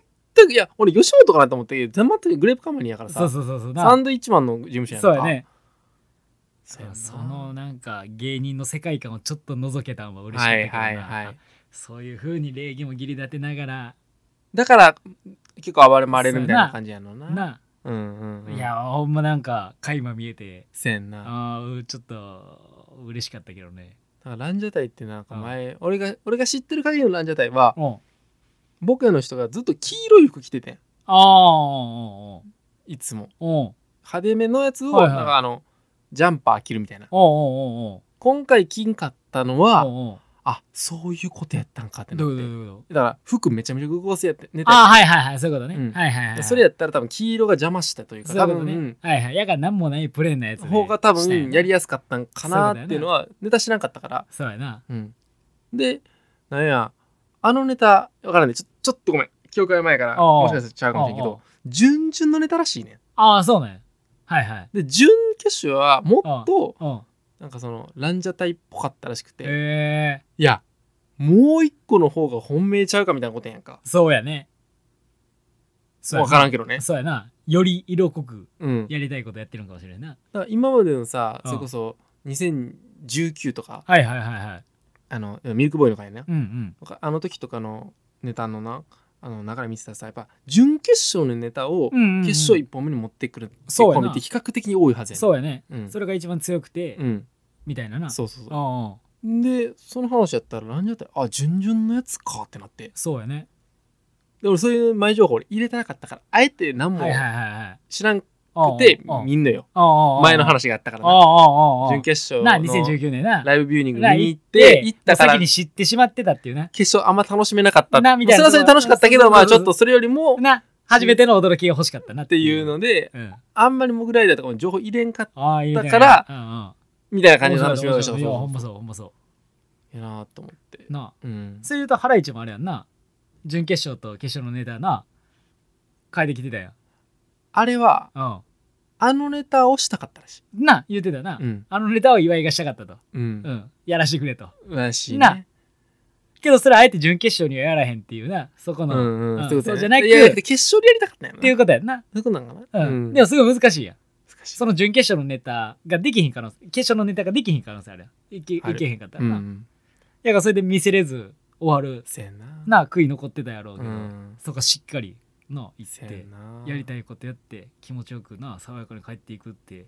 Speaker 1: いや、俺、吉本かなと思ったけど、全然グレープカンパニーやからさ、
Speaker 2: そうそうそうそう
Speaker 1: サンドイッチマンの事務所やんか
Speaker 2: そうやね
Speaker 1: そうやな
Speaker 2: そのなんか芸人の世界観をちょっと覗けたんは嬉しかっ
Speaker 1: は
Speaker 2: たけ
Speaker 1: い
Speaker 2: どな、
Speaker 1: はいはい。
Speaker 2: そういうふうに礼儀も義理立てながら
Speaker 1: だから、結構暴れまれるみたいな感じやのな。
Speaker 2: な、
Speaker 1: うんうん、うん。
Speaker 2: い、やほんまなんか垣間見えて
Speaker 1: せやんな。
Speaker 2: あーちょっと嬉しかったけどね
Speaker 1: だからランジャタイってなんか前、俺が俺が知ってる限りのランジャタイは
Speaker 2: お
Speaker 1: 僕らの人がずっと黄色い服着ててん
Speaker 2: ああ
Speaker 1: いつも
Speaker 2: おお
Speaker 1: 派手めのやつを、
Speaker 2: はいはい
Speaker 1: なんかあのジャンパー着るみたいな
Speaker 2: おお
Speaker 1: 今回着んかったの
Speaker 2: お
Speaker 1: は
Speaker 2: お
Speaker 1: あそういうことやったんかってな
Speaker 2: ど
Speaker 1: っ
Speaker 2: う
Speaker 1: て
Speaker 2: いうことどういうこと
Speaker 1: だから服めちゃめちゃ動かせやって寝て
Speaker 2: ああはいはいはいそういうことね、
Speaker 1: うん
Speaker 2: はいはい、はい、
Speaker 1: それやったら多分黄色が邪魔したというか
Speaker 2: そうい
Speaker 1: 多
Speaker 2: うこと
Speaker 1: 分、
Speaker 2: ね、
Speaker 1: うん
Speaker 2: はいはいやがなんもないプレーンなやつ、ね、
Speaker 1: 方が多
Speaker 2: した
Speaker 1: 分
Speaker 2: ん
Speaker 1: やりやすかったんかなっていうのはネタ知らんかったから
Speaker 2: そうやな
Speaker 1: うん、でなんやあのネタわからんねちょちょっとごめん記憶が前から
Speaker 2: おうおう
Speaker 1: もしかしたらちゃうかもしれんけ
Speaker 2: おうお
Speaker 1: ど
Speaker 2: う
Speaker 1: 準々のネタらしいね
Speaker 2: ああそうねはいはい
Speaker 1: んで準決勝はもっと
Speaker 2: うん
Speaker 1: なんかそのランジャタイっぽかったらしくて、
Speaker 2: ええ
Speaker 1: いやもう一個の方が本命ちゃうかみたいなことやんか
Speaker 2: そうやねそうや
Speaker 1: わ
Speaker 2: な
Speaker 1: からんけどね
Speaker 2: そうやなより色濃く
Speaker 1: うんだ
Speaker 2: やりたいことやってるんかもしれんな
Speaker 1: から今までのさ
Speaker 2: うん
Speaker 1: それこそ2019とか
Speaker 2: はいはいはいはい
Speaker 1: あのミルクボーイの回ね
Speaker 2: うんうん
Speaker 1: あの時とかのネタのなあの流れ見てたらさやっぱ準決勝のネタを
Speaker 2: うんうんうん
Speaker 1: 決勝1本目に持ってくるって
Speaker 2: そうや
Speaker 1: コ
Speaker 2: な
Speaker 1: ンビって比較的に多いはずやね
Speaker 2: そうやね、
Speaker 1: うん
Speaker 2: それが一番強くて、
Speaker 1: うん
Speaker 2: みたいなな
Speaker 1: そうそうそ
Speaker 2: ああ
Speaker 1: うでその話やったらランジャタイあ順々のやつかってなって
Speaker 2: そうやね
Speaker 1: で俺そういう前情報俺入れてなかったからあえて何も
Speaker 2: はいはいはい
Speaker 1: 知らんく
Speaker 2: はい
Speaker 1: て
Speaker 2: ああ
Speaker 1: 見んのよ
Speaker 2: ああああ
Speaker 1: 前の話があったから
Speaker 2: ああ
Speaker 1: な
Speaker 2: ああああ
Speaker 1: 準決勝
Speaker 2: な
Speaker 1: の
Speaker 2: 2019年な
Speaker 1: ライブビューニング
Speaker 2: な
Speaker 1: 見に行って行ったか
Speaker 2: もう
Speaker 1: ら
Speaker 2: 先に知ってしまってたっていうな
Speaker 1: 決勝あんま楽しめなかった
Speaker 2: なみたいな
Speaker 1: それはそれで楽しかったけ
Speaker 2: そう
Speaker 1: ど
Speaker 2: そう
Speaker 1: ま
Speaker 2: そ
Speaker 1: あ
Speaker 2: う
Speaker 1: ちょっとそれよりもっ
Speaker 2: な初めての驚きが欲しかったなって
Speaker 1: いう
Speaker 2: っ
Speaker 1: ので
Speaker 2: ていう、うん、
Speaker 1: あんまりモグライダーとかも情報入れんかった
Speaker 2: ああいいね
Speaker 1: だから
Speaker 2: うんうん
Speaker 1: みたいな感じの楽しみ方をした
Speaker 2: 面白い面白いいやほんま
Speaker 1: そう
Speaker 2: そうほんまそ
Speaker 1: いやなと思って
Speaker 2: うなあ
Speaker 1: うん
Speaker 2: それ言うとハライチもあれやんな準決勝と決勝のネタな変えてきてたやん
Speaker 1: あれは
Speaker 2: う
Speaker 1: あのネタをしたかったらしい
Speaker 2: んな言ってたな、
Speaker 1: うん
Speaker 2: あのネタを岩井がしたかったと、
Speaker 1: う
Speaker 2: うんん、やらしてくれと
Speaker 1: らしい
Speaker 2: な
Speaker 1: ね
Speaker 2: けどそれあえて準決勝にはやらへんっていうなそこ
Speaker 1: う
Speaker 2: の、
Speaker 1: んう
Speaker 2: う
Speaker 1: んんそういうこと
Speaker 2: そ
Speaker 1: や
Speaker 2: う
Speaker 1: ね
Speaker 2: じゃなく
Speaker 1: いやいや決勝でやりたかったんやな
Speaker 2: っていうことやんな、
Speaker 1: そういうことなんか
Speaker 2: う
Speaker 1: なんうん
Speaker 2: でもすごい難しいやん
Speaker 1: 難しい
Speaker 2: その準決勝のネタができひん可能性決勝のネタができひん可能性あるやんいけい
Speaker 1: ある
Speaker 2: けへんかった
Speaker 1: う
Speaker 2: らな、
Speaker 1: ん
Speaker 2: やがそれで見せれず終わる
Speaker 1: せやな
Speaker 2: な悔い残ってたやろう
Speaker 1: う
Speaker 2: けど、
Speaker 1: ん
Speaker 2: そこしっかりの行
Speaker 1: せ
Speaker 2: っ
Speaker 1: や
Speaker 2: て
Speaker 1: な
Speaker 2: やりたいことやって気持ちよくな爽やかに帰っていくって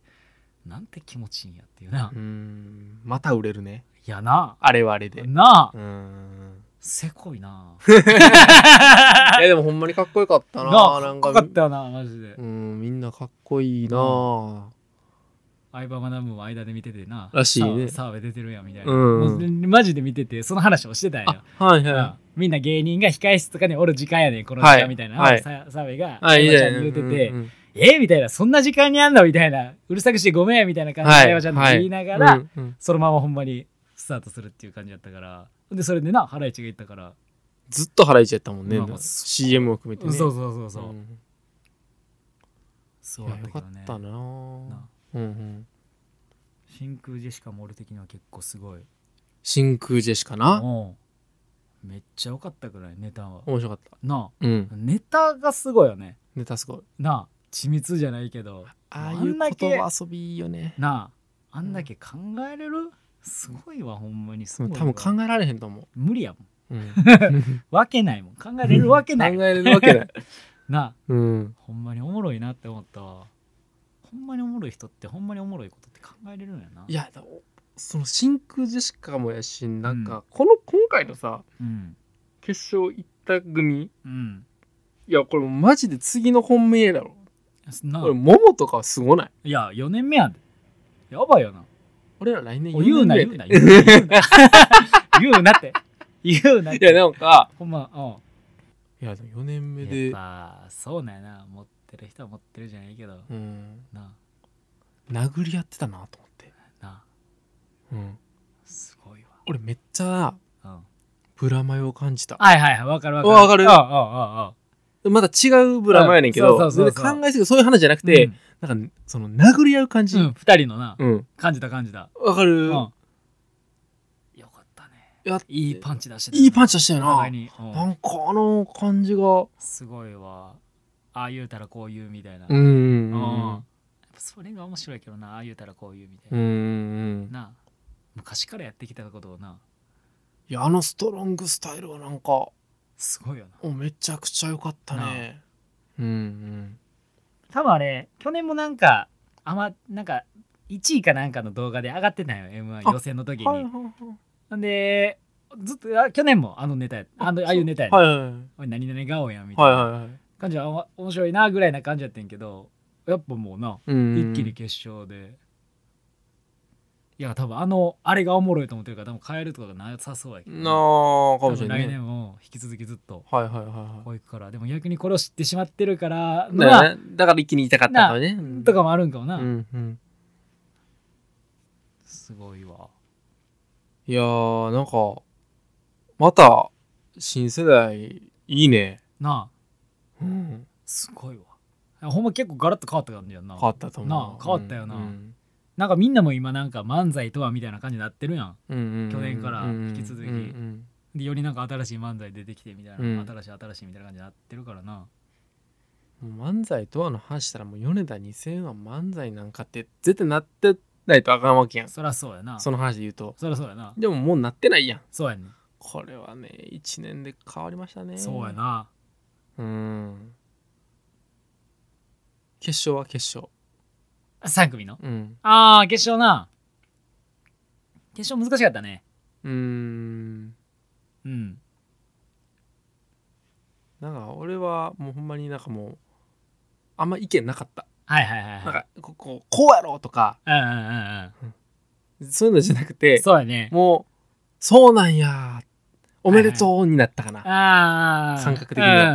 Speaker 2: なんて気持ちいいんやっていうな、
Speaker 1: う
Speaker 2: い
Speaker 1: んまた売れるね
Speaker 2: やな
Speaker 1: あれはあれで
Speaker 2: な
Speaker 1: う
Speaker 2: あ
Speaker 1: ん
Speaker 2: せこいな
Speaker 1: いやでもほんまにかっこよかったな
Speaker 2: なあ
Speaker 1: な
Speaker 2: か
Speaker 1: ん
Speaker 2: っ
Speaker 1: か
Speaker 2: こよかったよなマジで
Speaker 1: うんみんなかっこいいな
Speaker 2: 相葉マナムも間で見ててな
Speaker 1: らしいね
Speaker 2: 澤部出てるやんみたいな、
Speaker 1: うん
Speaker 2: もマジで見ててその話をしてたんよ
Speaker 1: あはい
Speaker 2: うん
Speaker 1: は
Speaker 2: みんな芸人が控室とかにおる時間やねんこの時
Speaker 1: は
Speaker 2: 間
Speaker 1: い
Speaker 2: みたいな、
Speaker 1: はい
Speaker 2: さ澤部が
Speaker 1: いはいいい
Speaker 2: 相葉ち
Speaker 1: ね
Speaker 2: ゃんに言うてて、
Speaker 1: うんうん
Speaker 2: えみたいなそんな時間にあんのみたいなうるさくしてごめんみたいな感じで
Speaker 1: はい
Speaker 2: 相葉ちゃんに言いながら、
Speaker 1: うんうん
Speaker 2: そのままほんまにスタートするっていう感じだったからでそれでなハライチが言ったから、
Speaker 1: ずっとハライチやったもんね、
Speaker 2: まあまあ
Speaker 1: CM を含めてね
Speaker 2: そうそうそうそう、
Speaker 1: ん
Speaker 2: そう
Speaker 1: い
Speaker 2: だ
Speaker 1: や
Speaker 2: っ
Speaker 1: よか
Speaker 2: たけ
Speaker 1: っ
Speaker 2: どね
Speaker 1: たな
Speaker 2: な
Speaker 1: うんうん
Speaker 2: 真空ジェシカも俺的には結構すごい
Speaker 1: 真空ジェシカな
Speaker 2: もうめっちゃ良かったくらいネタは
Speaker 1: 面白かった
Speaker 2: な
Speaker 1: うん
Speaker 2: あネタがすごいよね
Speaker 1: ネタすごい
Speaker 2: なあ緻密じゃないけど
Speaker 1: あ
Speaker 2: あ
Speaker 1: あいうん
Speaker 2: だ
Speaker 1: 言
Speaker 2: け
Speaker 1: 葉遊びいいよね
Speaker 2: なああんだけ考えれるすごいわほんまにす
Speaker 1: 多
Speaker 2: ごいわ
Speaker 1: 分考えられへんと思
Speaker 2: 無理やもん
Speaker 1: う、うん、
Speaker 2: わけないもん考えれるわけ
Speaker 1: 考
Speaker 2: ない
Speaker 1: えれるわけない、
Speaker 2: なあ
Speaker 1: うん、
Speaker 2: ほんまにおもろいなって思ったわほんまにおもろい人ってほんまにおもろいことって考えれるんやない
Speaker 1: やでもその真空ジェシカもやしなんか、この今回のさ
Speaker 2: うん
Speaker 1: 決勝行った組
Speaker 2: うん
Speaker 1: いやこれマジで次の本命だろ
Speaker 2: なあ
Speaker 1: これモモとかすごない
Speaker 2: いや4年目やでやばいよな
Speaker 1: 俺ら来年
Speaker 2: お言うな
Speaker 1: 四
Speaker 2: 言
Speaker 1: 年
Speaker 2: う
Speaker 1: 目
Speaker 2: な
Speaker 1: やで
Speaker 2: 言うな言うな 言うなって言うな っ
Speaker 1: いや
Speaker 2: て
Speaker 1: なんか
Speaker 2: ほんまうん
Speaker 1: いやでも4年目
Speaker 2: やっ
Speaker 1: で
Speaker 2: ぱそうなんやな持ってる人は持ってるじゃないけど
Speaker 1: うん
Speaker 2: な
Speaker 1: 殴り合ってたなと思って、
Speaker 2: あなあ
Speaker 1: うん、
Speaker 2: すごい
Speaker 1: 俺めっちゃ
Speaker 2: わ、うん、
Speaker 1: ブラマヨを感じた
Speaker 2: はいはいはいわかるわかる
Speaker 1: わかる
Speaker 2: あああああ
Speaker 1: また違うブラマヨやねんけ
Speaker 2: うんそ
Speaker 1: ど
Speaker 2: うそうそう
Speaker 1: 全
Speaker 2: そう
Speaker 1: 然考えすぎてそういう話じゃなくて、
Speaker 2: うん
Speaker 1: なんかその殴り合う感じ
Speaker 2: うん、2人のな
Speaker 1: うん
Speaker 2: 感じた感じた
Speaker 1: わかる、
Speaker 2: うん
Speaker 1: い
Speaker 2: よかったね
Speaker 1: やって
Speaker 2: いいパンチ出して
Speaker 1: いいパン
Speaker 2: チ
Speaker 1: チ出したよ
Speaker 2: お互。
Speaker 1: ない
Speaker 2: に、うん
Speaker 1: なんかあの感じが。
Speaker 2: すごいわああ言うたらこう言うみたいな、
Speaker 1: う
Speaker 2: う
Speaker 1: ん。
Speaker 2: んやっぱそれが面白いけどなああ言うたらこう言うみたい
Speaker 1: うんう
Speaker 2: な、
Speaker 1: ん。
Speaker 2: なあ昔からやってきたことをない
Speaker 1: や、あのストロングスタイルはなんか、も
Speaker 2: すごいよな
Speaker 1: うめちゃくちゃ良かったね。うん
Speaker 2: 多分あれ去年もなんかあまなんか1位かなんかの動画で上がってたよ m 1
Speaker 1: あ
Speaker 2: 予選の
Speaker 1: う
Speaker 2: 時に、
Speaker 1: ん。はいはいはい。
Speaker 2: なんでずっとあ去年もあのネタやあのああいうネタや、
Speaker 1: はいはい
Speaker 2: おい何々顔やんみたい
Speaker 1: はい
Speaker 2: な
Speaker 1: はいはい。
Speaker 2: 感じはあ面白いなぐらいな感じやってんけどやっぱもうな
Speaker 1: うん
Speaker 2: 一気に決勝でいや多分あのあれがおもろいと思ってるから多分変えるとかがなさそうやけど
Speaker 1: なあ、か
Speaker 2: 多
Speaker 1: もしれ
Speaker 2: 分
Speaker 1: ない
Speaker 2: 来
Speaker 1: ね。
Speaker 2: 年も引き続きずっと
Speaker 1: はいはいはいは
Speaker 2: こういくからでも逆にこれを知ってしまってるから
Speaker 1: い。だよ
Speaker 2: まあ
Speaker 1: ねだから一気に言いたかったからね。
Speaker 2: とかもあるんかも
Speaker 1: う
Speaker 2: な、
Speaker 1: んうん。
Speaker 2: すごいわ
Speaker 1: いやー、なんか、また、新世代、いいね。
Speaker 2: なあ
Speaker 1: うん。
Speaker 2: すごいわほんま結構ガラッと変わった感じやんな
Speaker 1: 変わったと思う。
Speaker 2: なあ変わったよな
Speaker 1: うん
Speaker 2: なんかみんなも今なんか漫才とはみたいな感じになってるやん
Speaker 1: 去
Speaker 2: 去年から引き続き
Speaker 1: うん
Speaker 2: でよりなんか新しい漫才出てきてみたいな、
Speaker 1: うん
Speaker 2: 新しい新しいみたいな感じになってるからな
Speaker 1: うんもう漫才とはの話したらもう米田2000は漫才なんかって絶対なってないとあかんわけやん
Speaker 2: そらそうやな
Speaker 1: その話で言うと
Speaker 2: そらそうやな
Speaker 1: でももうなってないやん
Speaker 2: そうやね
Speaker 1: これはね1年で変わりましたね
Speaker 2: そうやな
Speaker 1: うん決勝は決勝
Speaker 2: 3組の
Speaker 1: うん
Speaker 2: ああ決勝な決勝難しかったね
Speaker 1: うーん
Speaker 2: うん
Speaker 1: なんか俺はもうほんまになんかもうあんま意見なかった
Speaker 2: はいはいはい
Speaker 1: なん
Speaker 2: はい
Speaker 1: かここうこうやろうとか
Speaker 2: うんうんうんうん
Speaker 1: そういうのじゃなくて
Speaker 2: そうやね
Speaker 1: もう、そうなんや、おめでとうになったかな。
Speaker 2: ああ
Speaker 1: 感覚的には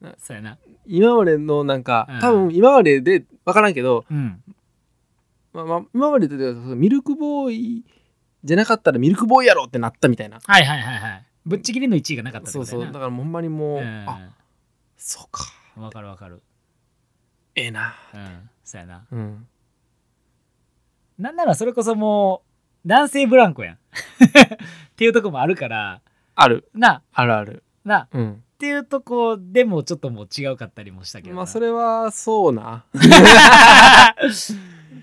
Speaker 2: うん
Speaker 1: な
Speaker 2: そうやな
Speaker 1: 今までのなんか、
Speaker 2: うん
Speaker 1: 多分今までで分からんけど、
Speaker 2: うん
Speaker 1: まあまあ、今まででそのミルクボーイじゃなかったらミルクボーイやろってなったみたいな。
Speaker 2: はいはいはいはいぶっちぎりの1位がなかったって
Speaker 1: そ
Speaker 2: こ
Speaker 1: う
Speaker 2: と
Speaker 1: そう、
Speaker 2: や
Speaker 1: だ
Speaker 2: な
Speaker 1: からもうほんまにもう、あそうか、
Speaker 2: うんわかるわかる
Speaker 1: ええな。
Speaker 2: うんそうやな
Speaker 1: うん。
Speaker 2: なんならそれこそもう男性ブランコやん っていうとこもあるから
Speaker 1: ある、
Speaker 2: な
Speaker 1: あるある。
Speaker 2: なっ
Speaker 1: うん。
Speaker 2: ていうとこでもちょっともう違うかったりもしたけどな
Speaker 1: まあ、それはそうな。いやそ
Speaker 2: っていうところもあった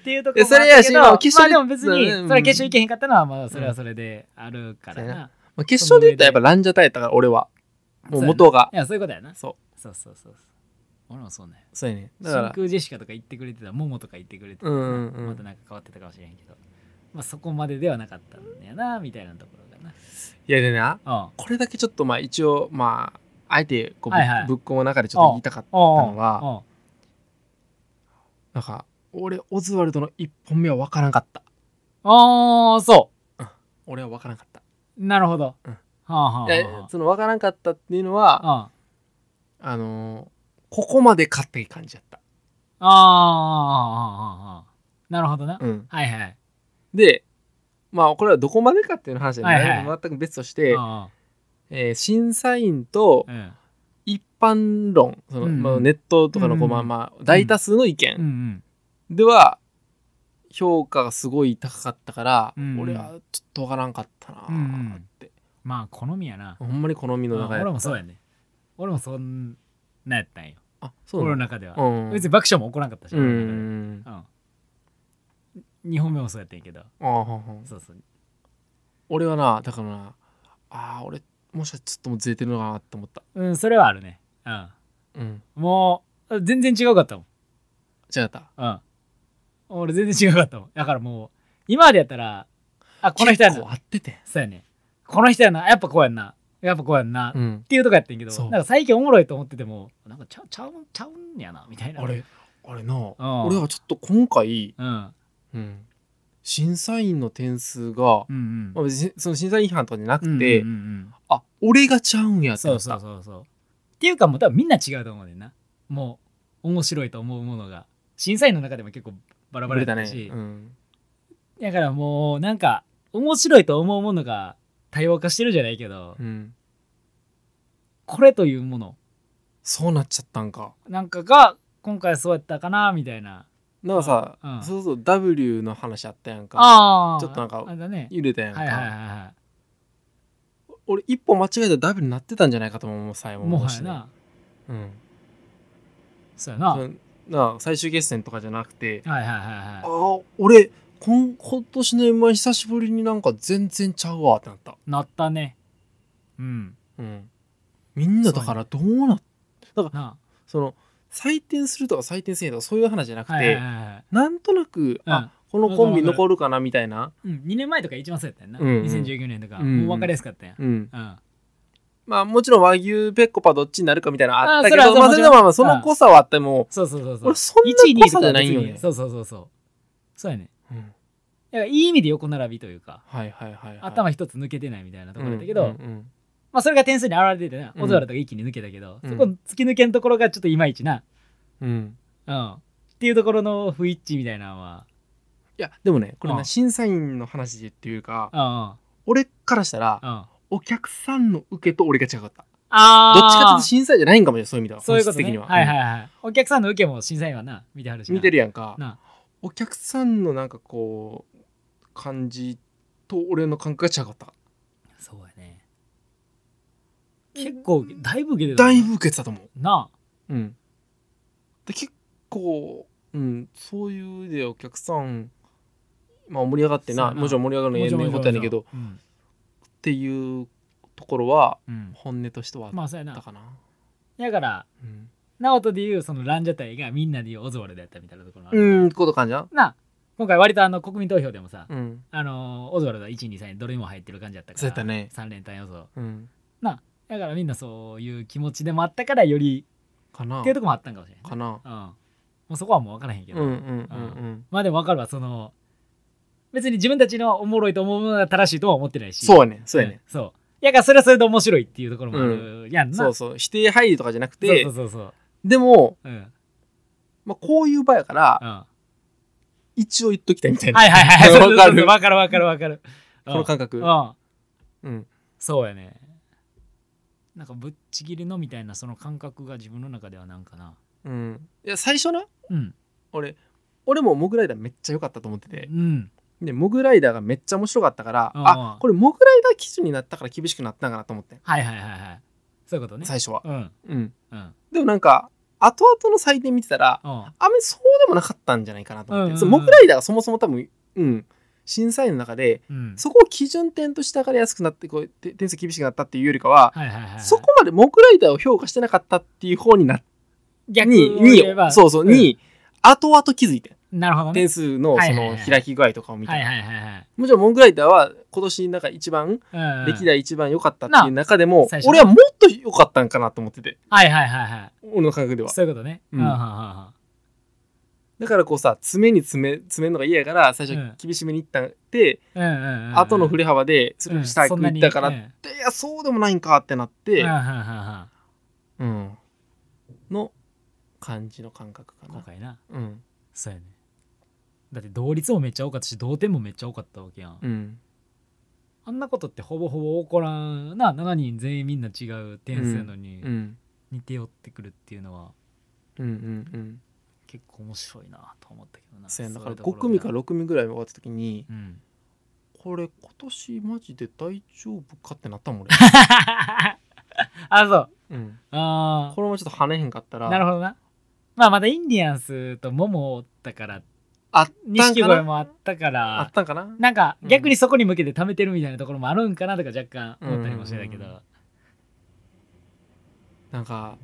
Speaker 2: け
Speaker 1: れ
Speaker 2: ど
Speaker 1: やしま
Speaker 2: ま
Speaker 1: あ
Speaker 2: あ
Speaker 1: 決勝
Speaker 2: でも別に
Speaker 1: うん
Speaker 2: それは決勝行けへんかったのはまあそれはそれであるから
Speaker 1: うん
Speaker 2: な、
Speaker 1: まあ、決勝で言ったらやっぱランジャタイやったから、俺は。もう元が。
Speaker 2: いやそういうことやな
Speaker 1: そう。
Speaker 2: そうそうそうそう俺もそうね
Speaker 1: そうやね。だか
Speaker 2: 真
Speaker 1: ら、
Speaker 2: 空ジェシカとか言ってくれてたモモとか言ってくれてたな、
Speaker 1: うんうんうん
Speaker 2: またなんか変わってたかもしれへんけどまあそこまでではなかったんだよなみたいなところかない
Speaker 1: やでな、
Speaker 2: あ
Speaker 1: これだけちょっとまあ一応まああえてこうぶ,、
Speaker 2: はいはい
Speaker 1: ぶっこの中でちょっと言いたかったのが
Speaker 2: あ
Speaker 1: なんか俺オズワルドの1本目は分からんかった
Speaker 2: あーそ
Speaker 1: 俺は分からんかった
Speaker 2: うなるほど、
Speaker 1: うん
Speaker 2: はあはあはあ
Speaker 1: でその分からんかったっていうのはあ
Speaker 2: あ
Speaker 1: のーここまで勝っていい感じやった、
Speaker 2: ああああああなるほどな、
Speaker 1: うん、
Speaker 2: はいはい
Speaker 1: でまあこれはどこまでかっていうの話じゃない、
Speaker 2: はいはい
Speaker 1: 全く別として、
Speaker 2: あ
Speaker 1: えー審査員と
Speaker 2: あうん
Speaker 1: 一般論その、
Speaker 2: うんうん
Speaker 1: まあ、ネットとかのこう、
Speaker 2: うん
Speaker 1: ま
Speaker 2: う
Speaker 1: あ
Speaker 2: ん
Speaker 1: まあ大多数の意
Speaker 2: うんう
Speaker 1: 見
Speaker 2: ん
Speaker 1: では評価がすごい高かったから、
Speaker 2: うんうん
Speaker 1: 俺はちょっと分からんかったなーって、
Speaker 2: まあ好みやな
Speaker 1: ほんまに好みの中
Speaker 2: あ
Speaker 1: や
Speaker 2: 俺も
Speaker 1: った
Speaker 2: そうやね俺もそんなやったんよ
Speaker 1: あそう
Speaker 2: 俺
Speaker 1: な
Speaker 2: の
Speaker 1: んだ
Speaker 2: 中では、
Speaker 1: うん
Speaker 2: 別に爆笑も起こらんかったし、
Speaker 1: う
Speaker 2: 俺の中で
Speaker 1: ん
Speaker 2: うん、2本目もそうやったんやけど
Speaker 1: あはは
Speaker 2: そうそう
Speaker 1: 俺はなだからなあー俺もしかしてちょっともうずれてるのかなって思った
Speaker 2: うんそれはあるねうん
Speaker 1: うん
Speaker 2: もう全然違うかったもん
Speaker 1: 違った
Speaker 2: うん俺全然違うかったもんだからもう今までやったらあこの人やな
Speaker 1: 結構合ってて
Speaker 2: そうやねこの人やなやっぱこうやんなやっぱこうやんな、
Speaker 1: う
Speaker 2: っ
Speaker 1: ん
Speaker 2: ていうとこやってんけど
Speaker 1: そう
Speaker 2: なんか最近おもろいと思っててもなんかちゃちゃうんちゃうんやなみたいな
Speaker 1: あれあれな
Speaker 2: あ
Speaker 1: 俺はちょっと今回、
Speaker 2: うん
Speaker 1: うん、審査員の点数が、
Speaker 2: うんうん
Speaker 1: まあ、別にその審査員違反とかじゃな
Speaker 2: うん
Speaker 1: く
Speaker 2: うんう
Speaker 1: て、
Speaker 2: ん
Speaker 1: あ俺がちゃうんやって
Speaker 2: そ
Speaker 1: な
Speaker 2: う
Speaker 1: った
Speaker 2: そうそうそうっていうかもう多分みんな違うと思うねんなもう面白いと思うものが審査員の中でも結構バラ
Speaker 1: バ
Speaker 2: バ
Speaker 1: レた
Speaker 2: ラだった
Speaker 1: ね、
Speaker 2: し、
Speaker 1: うん、
Speaker 2: だからもうなんか面白いと思うものが多様化してるじゃないけど、
Speaker 1: うん、
Speaker 2: これというもの
Speaker 1: そうなっちゃったんか
Speaker 2: なんかが今回そうやったかなみたいな
Speaker 1: なんかさ、
Speaker 2: うん
Speaker 1: そうそう W の話あったやんか
Speaker 2: ああ
Speaker 1: ちょっとなんか
Speaker 2: あれだね
Speaker 1: 揺れたやんか、
Speaker 2: はいはいはいはい
Speaker 1: 俺一歩間違えたらダブルになってたんじゃないかとも思うさえ
Speaker 2: もはやな
Speaker 1: うん
Speaker 2: そうやなはい
Speaker 1: そうなあ最終決戦とかじゃなくて
Speaker 2: はいはい
Speaker 1: あ
Speaker 2: は
Speaker 1: あ俺今今年の m 1久しぶりになんか全然ちゃうわってなった
Speaker 2: いなったねうん
Speaker 1: うんみんなだからどうなっ
Speaker 2: な
Speaker 1: その採点するとか採点せんとかそういう話じゃなく
Speaker 2: あ
Speaker 1: て、
Speaker 2: はいはいはいはい
Speaker 1: なんとなく、
Speaker 2: うん
Speaker 1: あこのコンビ残るかなみたいな、
Speaker 2: うん、2年前とか一番そうやったよな、
Speaker 1: うんうん
Speaker 2: 2019年とか、
Speaker 1: うん
Speaker 2: もう分かりやすかったやん、
Speaker 1: うん、
Speaker 2: うん
Speaker 1: まあもちろん和牛ペッコパどっちになるかみたいなのあったけ
Speaker 2: あそ
Speaker 1: ど
Speaker 2: れは
Speaker 1: まあそれでもまあまあそ
Speaker 2: ちろん
Speaker 1: の濃さはあっても、
Speaker 2: そうそうそうそう
Speaker 1: 俺そんな
Speaker 2: 1位2
Speaker 1: 濃
Speaker 2: 位と
Speaker 1: さ
Speaker 2: か
Speaker 1: じ
Speaker 2: は
Speaker 1: ゃな
Speaker 2: 別
Speaker 1: いよ
Speaker 2: に
Speaker 1: ね、
Speaker 2: そうそうそうそうそうやね
Speaker 1: うん
Speaker 2: だからいい意味で横並びというか
Speaker 1: はいはいはい、はい、
Speaker 2: 頭一つ抜けてないみたいなところだったけど、
Speaker 1: うんうん
Speaker 2: まあ、それが点数に表れててな
Speaker 1: うん
Speaker 2: オズワルドが一気に抜けたけど、
Speaker 1: うん
Speaker 2: そこ突き抜けんところがちょっといまいちな、
Speaker 1: うんうん
Speaker 2: うん、っていうところの不一致みたいなのはい
Speaker 1: やでもねこれ
Speaker 2: うん
Speaker 1: ね審査員の話でっていうか
Speaker 2: う
Speaker 1: 俺からしたら
Speaker 2: んうんうん
Speaker 1: お客さんの受けと俺が違かった
Speaker 2: あー
Speaker 1: どっちかっていうと審査員じゃないんかもしれないそういう意味では
Speaker 2: そういうこと
Speaker 1: 本質的
Speaker 2: ね
Speaker 1: には、
Speaker 2: はいはいはいお客さんの受けも審査員はな見てはるし
Speaker 1: うん
Speaker 2: な
Speaker 1: 見てるやんか
Speaker 2: な
Speaker 1: お客さんのなんかこう感じと俺の感覚が違かった
Speaker 2: そうやね結構だいぶ受けてたな
Speaker 1: だいぶ受けてたと思う
Speaker 2: な
Speaker 1: うん、で結構、うん、そういう意味でお客さん、まあ、盛り上がって
Speaker 2: そう
Speaker 1: な
Speaker 2: やな
Speaker 1: もちろん盛り上がる
Speaker 2: あ
Speaker 1: のええねんことやねんけどっ
Speaker 2: うん
Speaker 1: ていうところは
Speaker 2: うん
Speaker 1: 本音としてはあ
Speaker 2: ま
Speaker 1: っ
Speaker 2: あそうや
Speaker 1: た
Speaker 2: な
Speaker 1: かな、
Speaker 2: だから
Speaker 1: うん
Speaker 2: 直人でいうそのランジャタイがみんなで言うオズワルドやったみたいなところがある
Speaker 1: うんこと感じな
Speaker 2: なあ今回割とあの国民投票でもさ、
Speaker 1: うん
Speaker 2: あのーオズワルドは123どれにも入ってる感じだったから
Speaker 1: そうやったね
Speaker 2: 3連単予想
Speaker 1: うん
Speaker 2: だからみんなそういう気持ちでもあったからより
Speaker 1: かな
Speaker 2: っていうとこもあったんかもしれない、
Speaker 1: かな
Speaker 2: うん、もうそこはもう分からへんけ
Speaker 1: うん
Speaker 2: ど、
Speaker 1: うんうん
Speaker 2: まあでも分かるわその別に自分たちのおもろいと思うものが正しいとは思ってないし
Speaker 1: そう
Speaker 2: う
Speaker 1: やねそうやね、
Speaker 2: んそうやからそれはそれで面白いっていうところもあるやんな、
Speaker 1: そう
Speaker 2: そ
Speaker 1: そう否定入りとかじゃなく
Speaker 2: う
Speaker 1: て
Speaker 2: そうそうそう
Speaker 1: でも、
Speaker 2: うん、うん、
Speaker 1: まあ、こういう場やから
Speaker 2: は
Speaker 1: 一応言っときたいみたい
Speaker 2: い
Speaker 1: な、
Speaker 2: はいはい
Speaker 1: わかる
Speaker 2: 分かる分かる分かる
Speaker 1: この感覚
Speaker 2: うんうん
Speaker 1: うん
Speaker 2: そうやねなんかぶっちぎりのみたいなその感覚が自分の中ではなんかな
Speaker 1: うんいや最初な
Speaker 2: うん
Speaker 1: 俺俺もモグライダーめっちゃ良かったと思ってて
Speaker 2: うん
Speaker 1: でモグライダーがめっちゃ面白かったから
Speaker 2: うん
Speaker 1: あこれモグライダー基準になったから厳しくなったんかなと思ってん
Speaker 2: はいはいはいはいそういうことね
Speaker 1: 最初は、
Speaker 2: うん
Speaker 1: うん、
Speaker 2: うん
Speaker 1: でもなんか後々の採点見てたら
Speaker 2: うん
Speaker 1: あんまりそうでもなかったんじゃないかなと思って、
Speaker 2: うんうんうん
Speaker 1: そのモグライダーがそもそも多分、うん、審査員の中で
Speaker 2: うん
Speaker 1: そこを基準点として上がりやすくなってこうて点数厳しくなったっていうよりかは、
Speaker 2: はいはいはいはい
Speaker 1: そこまでモグライダーを評価してなかったっていう方になっ
Speaker 2: 逆
Speaker 1: に
Speaker 2: を言えば
Speaker 1: にそうそう、
Speaker 2: ん
Speaker 1: に後々気づいてん
Speaker 2: なるほどね
Speaker 1: 点数の
Speaker 2: はい
Speaker 1: そ
Speaker 2: はいはい
Speaker 1: の開き具合とかを見た
Speaker 2: はい
Speaker 1: ら、
Speaker 2: はいはいはい
Speaker 1: もちろんモグライダーは今年なんか一番
Speaker 2: うんうん
Speaker 1: 歴代一番良かったっていう中でも
Speaker 2: 最初ね
Speaker 1: 俺はもっと良かったんかなと思ってて
Speaker 2: はいはいはいは
Speaker 1: 俺の感覚で
Speaker 2: い
Speaker 1: は
Speaker 2: そういうことね
Speaker 1: う
Speaker 2: うんんうんうんうん
Speaker 1: だからこうさ詰めに詰め詰めるのが嫌やから最
Speaker 2: うん
Speaker 1: 初厳しめにいったんで、
Speaker 2: うんうんうん
Speaker 1: 後の振れ幅でそれ
Speaker 2: うん
Speaker 1: 下
Speaker 2: そんな
Speaker 1: 行
Speaker 2: に
Speaker 1: ったからっ
Speaker 2: うん
Speaker 1: て、いやそうでもないんかってなって
Speaker 2: うんうんうんうん
Speaker 1: うんの感じの感覚か
Speaker 2: 今
Speaker 1: な、
Speaker 2: 回な
Speaker 1: うん
Speaker 2: そうやねだって同率もめっちゃ多かったし同点もめっちゃ多かったわけやん
Speaker 1: うん
Speaker 2: あんなことってほぼほぼ起こらんな7人全員みんな違う点数やのに
Speaker 1: うん
Speaker 2: 似て寄ってくるっていうのは
Speaker 1: うんうんうん
Speaker 2: 結構面白いなと思ったけどな
Speaker 1: そうやんだか
Speaker 2: そう
Speaker 1: ら
Speaker 2: いうとこ
Speaker 1: 5
Speaker 2: ろ
Speaker 1: 組か6組ぐらい終わった時に
Speaker 2: うん
Speaker 1: これ今年マジで大丈夫かってなった もん
Speaker 2: あそう
Speaker 1: 俺、うん、
Speaker 2: あ
Speaker 1: これもちょっと跳ねへんかったら
Speaker 2: あなるほどなまあまだインディアンスとモモおったから
Speaker 1: あったんか
Speaker 2: 錦
Speaker 1: な
Speaker 2: 鯉もあったか
Speaker 1: あっ
Speaker 2: ら
Speaker 1: たんかな
Speaker 2: なんか
Speaker 1: うん
Speaker 2: 逆にそこに向けて貯めてるみたいなところもあるんかなとか若干思ったりもしてたけど
Speaker 1: うんなんか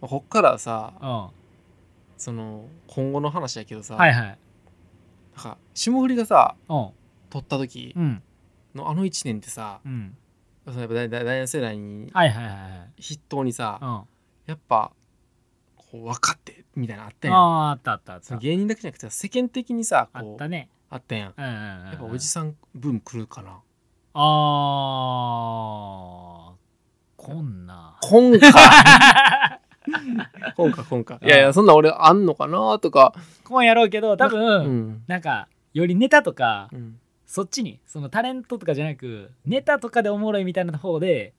Speaker 1: まあこっからはさ
Speaker 2: うん
Speaker 1: その今後の話やけどさ、
Speaker 2: はいはい
Speaker 1: なんか霜降りがさ
Speaker 2: うん
Speaker 1: 取った時
Speaker 2: うん
Speaker 1: のあの1年ってさ、
Speaker 2: うん
Speaker 1: そのやっぱ第第第四世代に
Speaker 2: はいはいはいはい
Speaker 1: 筆頭にさ、
Speaker 2: うんあ
Speaker 1: やっぱこう分かってみたいなのあったやん
Speaker 2: ああったあったあっ
Speaker 1: そ
Speaker 2: た
Speaker 1: の芸人だけじゃなくて世間的にさ
Speaker 2: あ
Speaker 1: こ
Speaker 2: っ
Speaker 1: うあ
Speaker 2: たね
Speaker 1: ったやん
Speaker 2: うんうんうん
Speaker 1: やっぱおじさんブーム来るかな
Speaker 2: あーこんな
Speaker 1: 今回今回今回いやいやそんな俺あんのかなとか
Speaker 2: こんやろうけど多
Speaker 1: う
Speaker 2: 分、
Speaker 1: ん
Speaker 2: なんかよりネタとか、
Speaker 1: うん
Speaker 2: そっちにそのタレントとかじゃなくネタとかでおもろいみたいな方で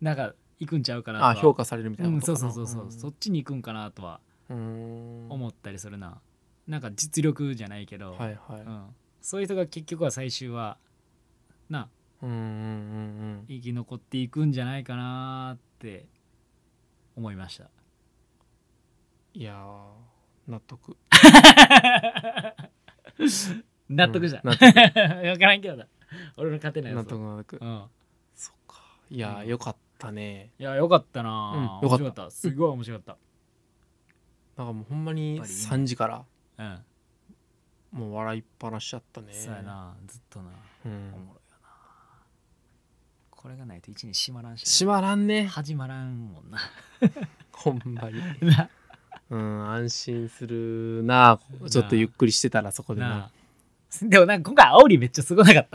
Speaker 2: なんか行くんちゃうかなとは
Speaker 1: あ評価されるみたいな
Speaker 2: うん
Speaker 1: こと
Speaker 2: そう
Speaker 1: か
Speaker 2: そ
Speaker 1: な
Speaker 2: うそうそう、
Speaker 1: ん
Speaker 2: そっちに行くんかなとは
Speaker 1: うーん
Speaker 2: 思ったりするななんか実力じゃないけど、
Speaker 1: はいはい、
Speaker 2: うん、そういう人が結局は最終はな
Speaker 1: うんうんうんうん
Speaker 2: 生き残っていくんじゃないかなって思い ました
Speaker 1: いやー納得
Speaker 2: 納得じゃ、、
Speaker 1: うんん納 得
Speaker 2: 分からんけどな俺の勝てないや
Speaker 1: 納
Speaker 2: つ
Speaker 1: 得納得
Speaker 2: うん
Speaker 1: そっかいやー
Speaker 2: うん
Speaker 1: よかったね
Speaker 2: いやよかったな、
Speaker 1: うんよかった
Speaker 2: 面白かったすごい面白かっ
Speaker 1: なんかもうほんまに
Speaker 2: やっぱり
Speaker 1: 3時から
Speaker 2: たうん、
Speaker 1: もう笑いっぱなしちゃったね
Speaker 2: そうやなずっとな
Speaker 1: う
Speaker 2: おもろい
Speaker 1: ん
Speaker 2: よなこれがないと一に閉まらんし
Speaker 1: 閉まらんね
Speaker 2: 始まらんもんな
Speaker 1: ほんま に
Speaker 2: な
Speaker 1: うん安心するな
Speaker 2: あ
Speaker 1: ちょっとゆっくりしてたらそこで
Speaker 2: な
Speaker 1: な
Speaker 2: あでもなんか今回煽りめっちゃすごなかっ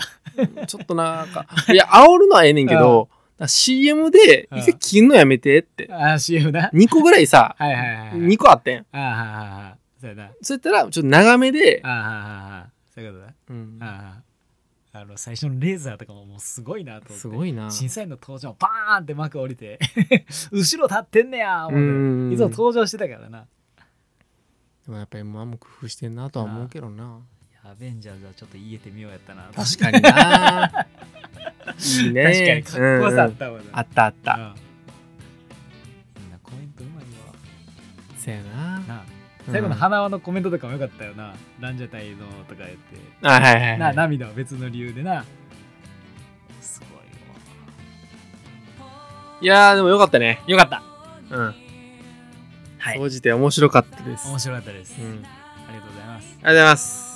Speaker 2: た
Speaker 1: ちょっとなんかいや煽るのはええねんけどなんか CM で
Speaker 2: うん
Speaker 1: 一回切んのやめてって
Speaker 2: あー CM な
Speaker 1: 2個ぐらいさ
Speaker 2: はいはいはいはい
Speaker 1: 2個あってん
Speaker 2: あーはーはーはーそうやな
Speaker 1: そうやったらちょっと長めで
Speaker 2: あーはーはーはーそういうことだ
Speaker 1: うん
Speaker 2: あーはーあの最初のレーザーとかももうすごいなと思って
Speaker 1: すごいな
Speaker 2: 審査員の登場バーンって幕降りて 後ろ立ってんねや
Speaker 1: う
Speaker 2: 思っ
Speaker 1: ん
Speaker 2: ていつも登場してたからな
Speaker 1: でもやっぱ M1 も工夫してんなとは思うけどな
Speaker 2: アベンジャーズはちょっと言えてみようやったな
Speaker 1: 確かにないい
Speaker 2: 確か
Speaker 1: ね
Speaker 2: にかっこよさあ
Speaker 1: うん
Speaker 2: っ
Speaker 1: うん
Speaker 2: たもんな、
Speaker 1: あったあった
Speaker 2: うんみんなコメントうまいわ
Speaker 1: そやな
Speaker 2: なあ最後の
Speaker 1: は
Speaker 2: 花輪のコメントとかもよかったよな、ランジャタイのとか言って、
Speaker 1: はいはい
Speaker 2: なあ
Speaker 1: はい
Speaker 2: 涙は別の理由でなすごい
Speaker 1: いやーでもよかったね
Speaker 2: わよかった
Speaker 1: うん
Speaker 2: はい
Speaker 1: 総じて面白かったです
Speaker 2: 面白かったです、
Speaker 1: うん
Speaker 2: ありがとうございます
Speaker 1: ありがとうございます